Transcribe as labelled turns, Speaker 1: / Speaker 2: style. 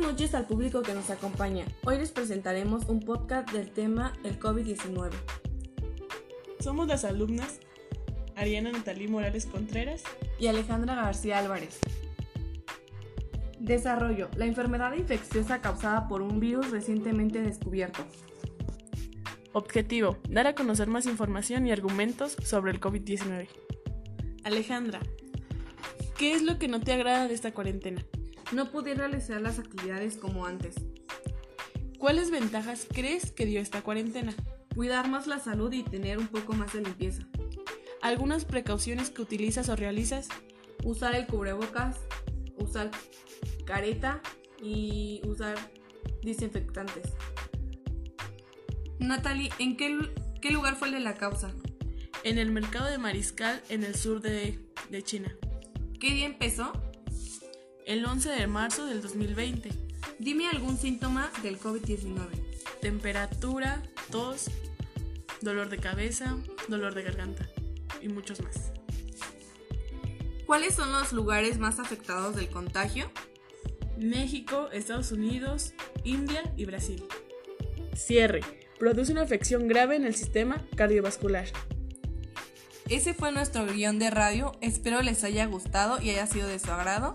Speaker 1: noches al público que nos acompaña. Hoy les presentaremos un podcast del tema el COVID-19.
Speaker 2: Somos las alumnas Ariana Natalí Morales Contreras.
Speaker 1: Y Alejandra García Álvarez. Desarrollo. La enfermedad infecciosa causada por un virus recientemente descubierto.
Speaker 2: Objetivo, dar a conocer más información y argumentos sobre el COVID-19. Alejandra, ¿qué es lo que no te agrada de esta cuarentena?
Speaker 1: No pude realizar las actividades como antes.
Speaker 2: ¿Cuáles ventajas crees que dio esta cuarentena?
Speaker 1: Cuidar más la salud y tener un poco más de limpieza.
Speaker 2: ¿Algunas precauciones que utilizas o realizas?
Speaker 1: Usar el cubrebocas, usar careta y usar desinfectantes. Natalie, ¿en qué, lu- qué lugar fue el de la causa?
Speaker 2: En el mercado de Mariscal, en el sur de, de China,
Speaker 1: ¿Qué día empezó?
Speaker 2: el 11 de marzo del 2020.
Speaker 1: Dime algún síntoma del COVID-19.
Speaker 2: Temperatura, tos, dolor de cabeza, dolor de garganta y muchos más.
Speaker 1: ¿Cuáles son los lugares más afectados del contagio?
Speaker 2: México, Estados Unidos, India y Brasil. Cierre. Produce una afección grave en el sistema cardiovascular.
Speaker 1: Ese fue nuestro guión de radio. Espero les haya gustado y haya sido de su agrado.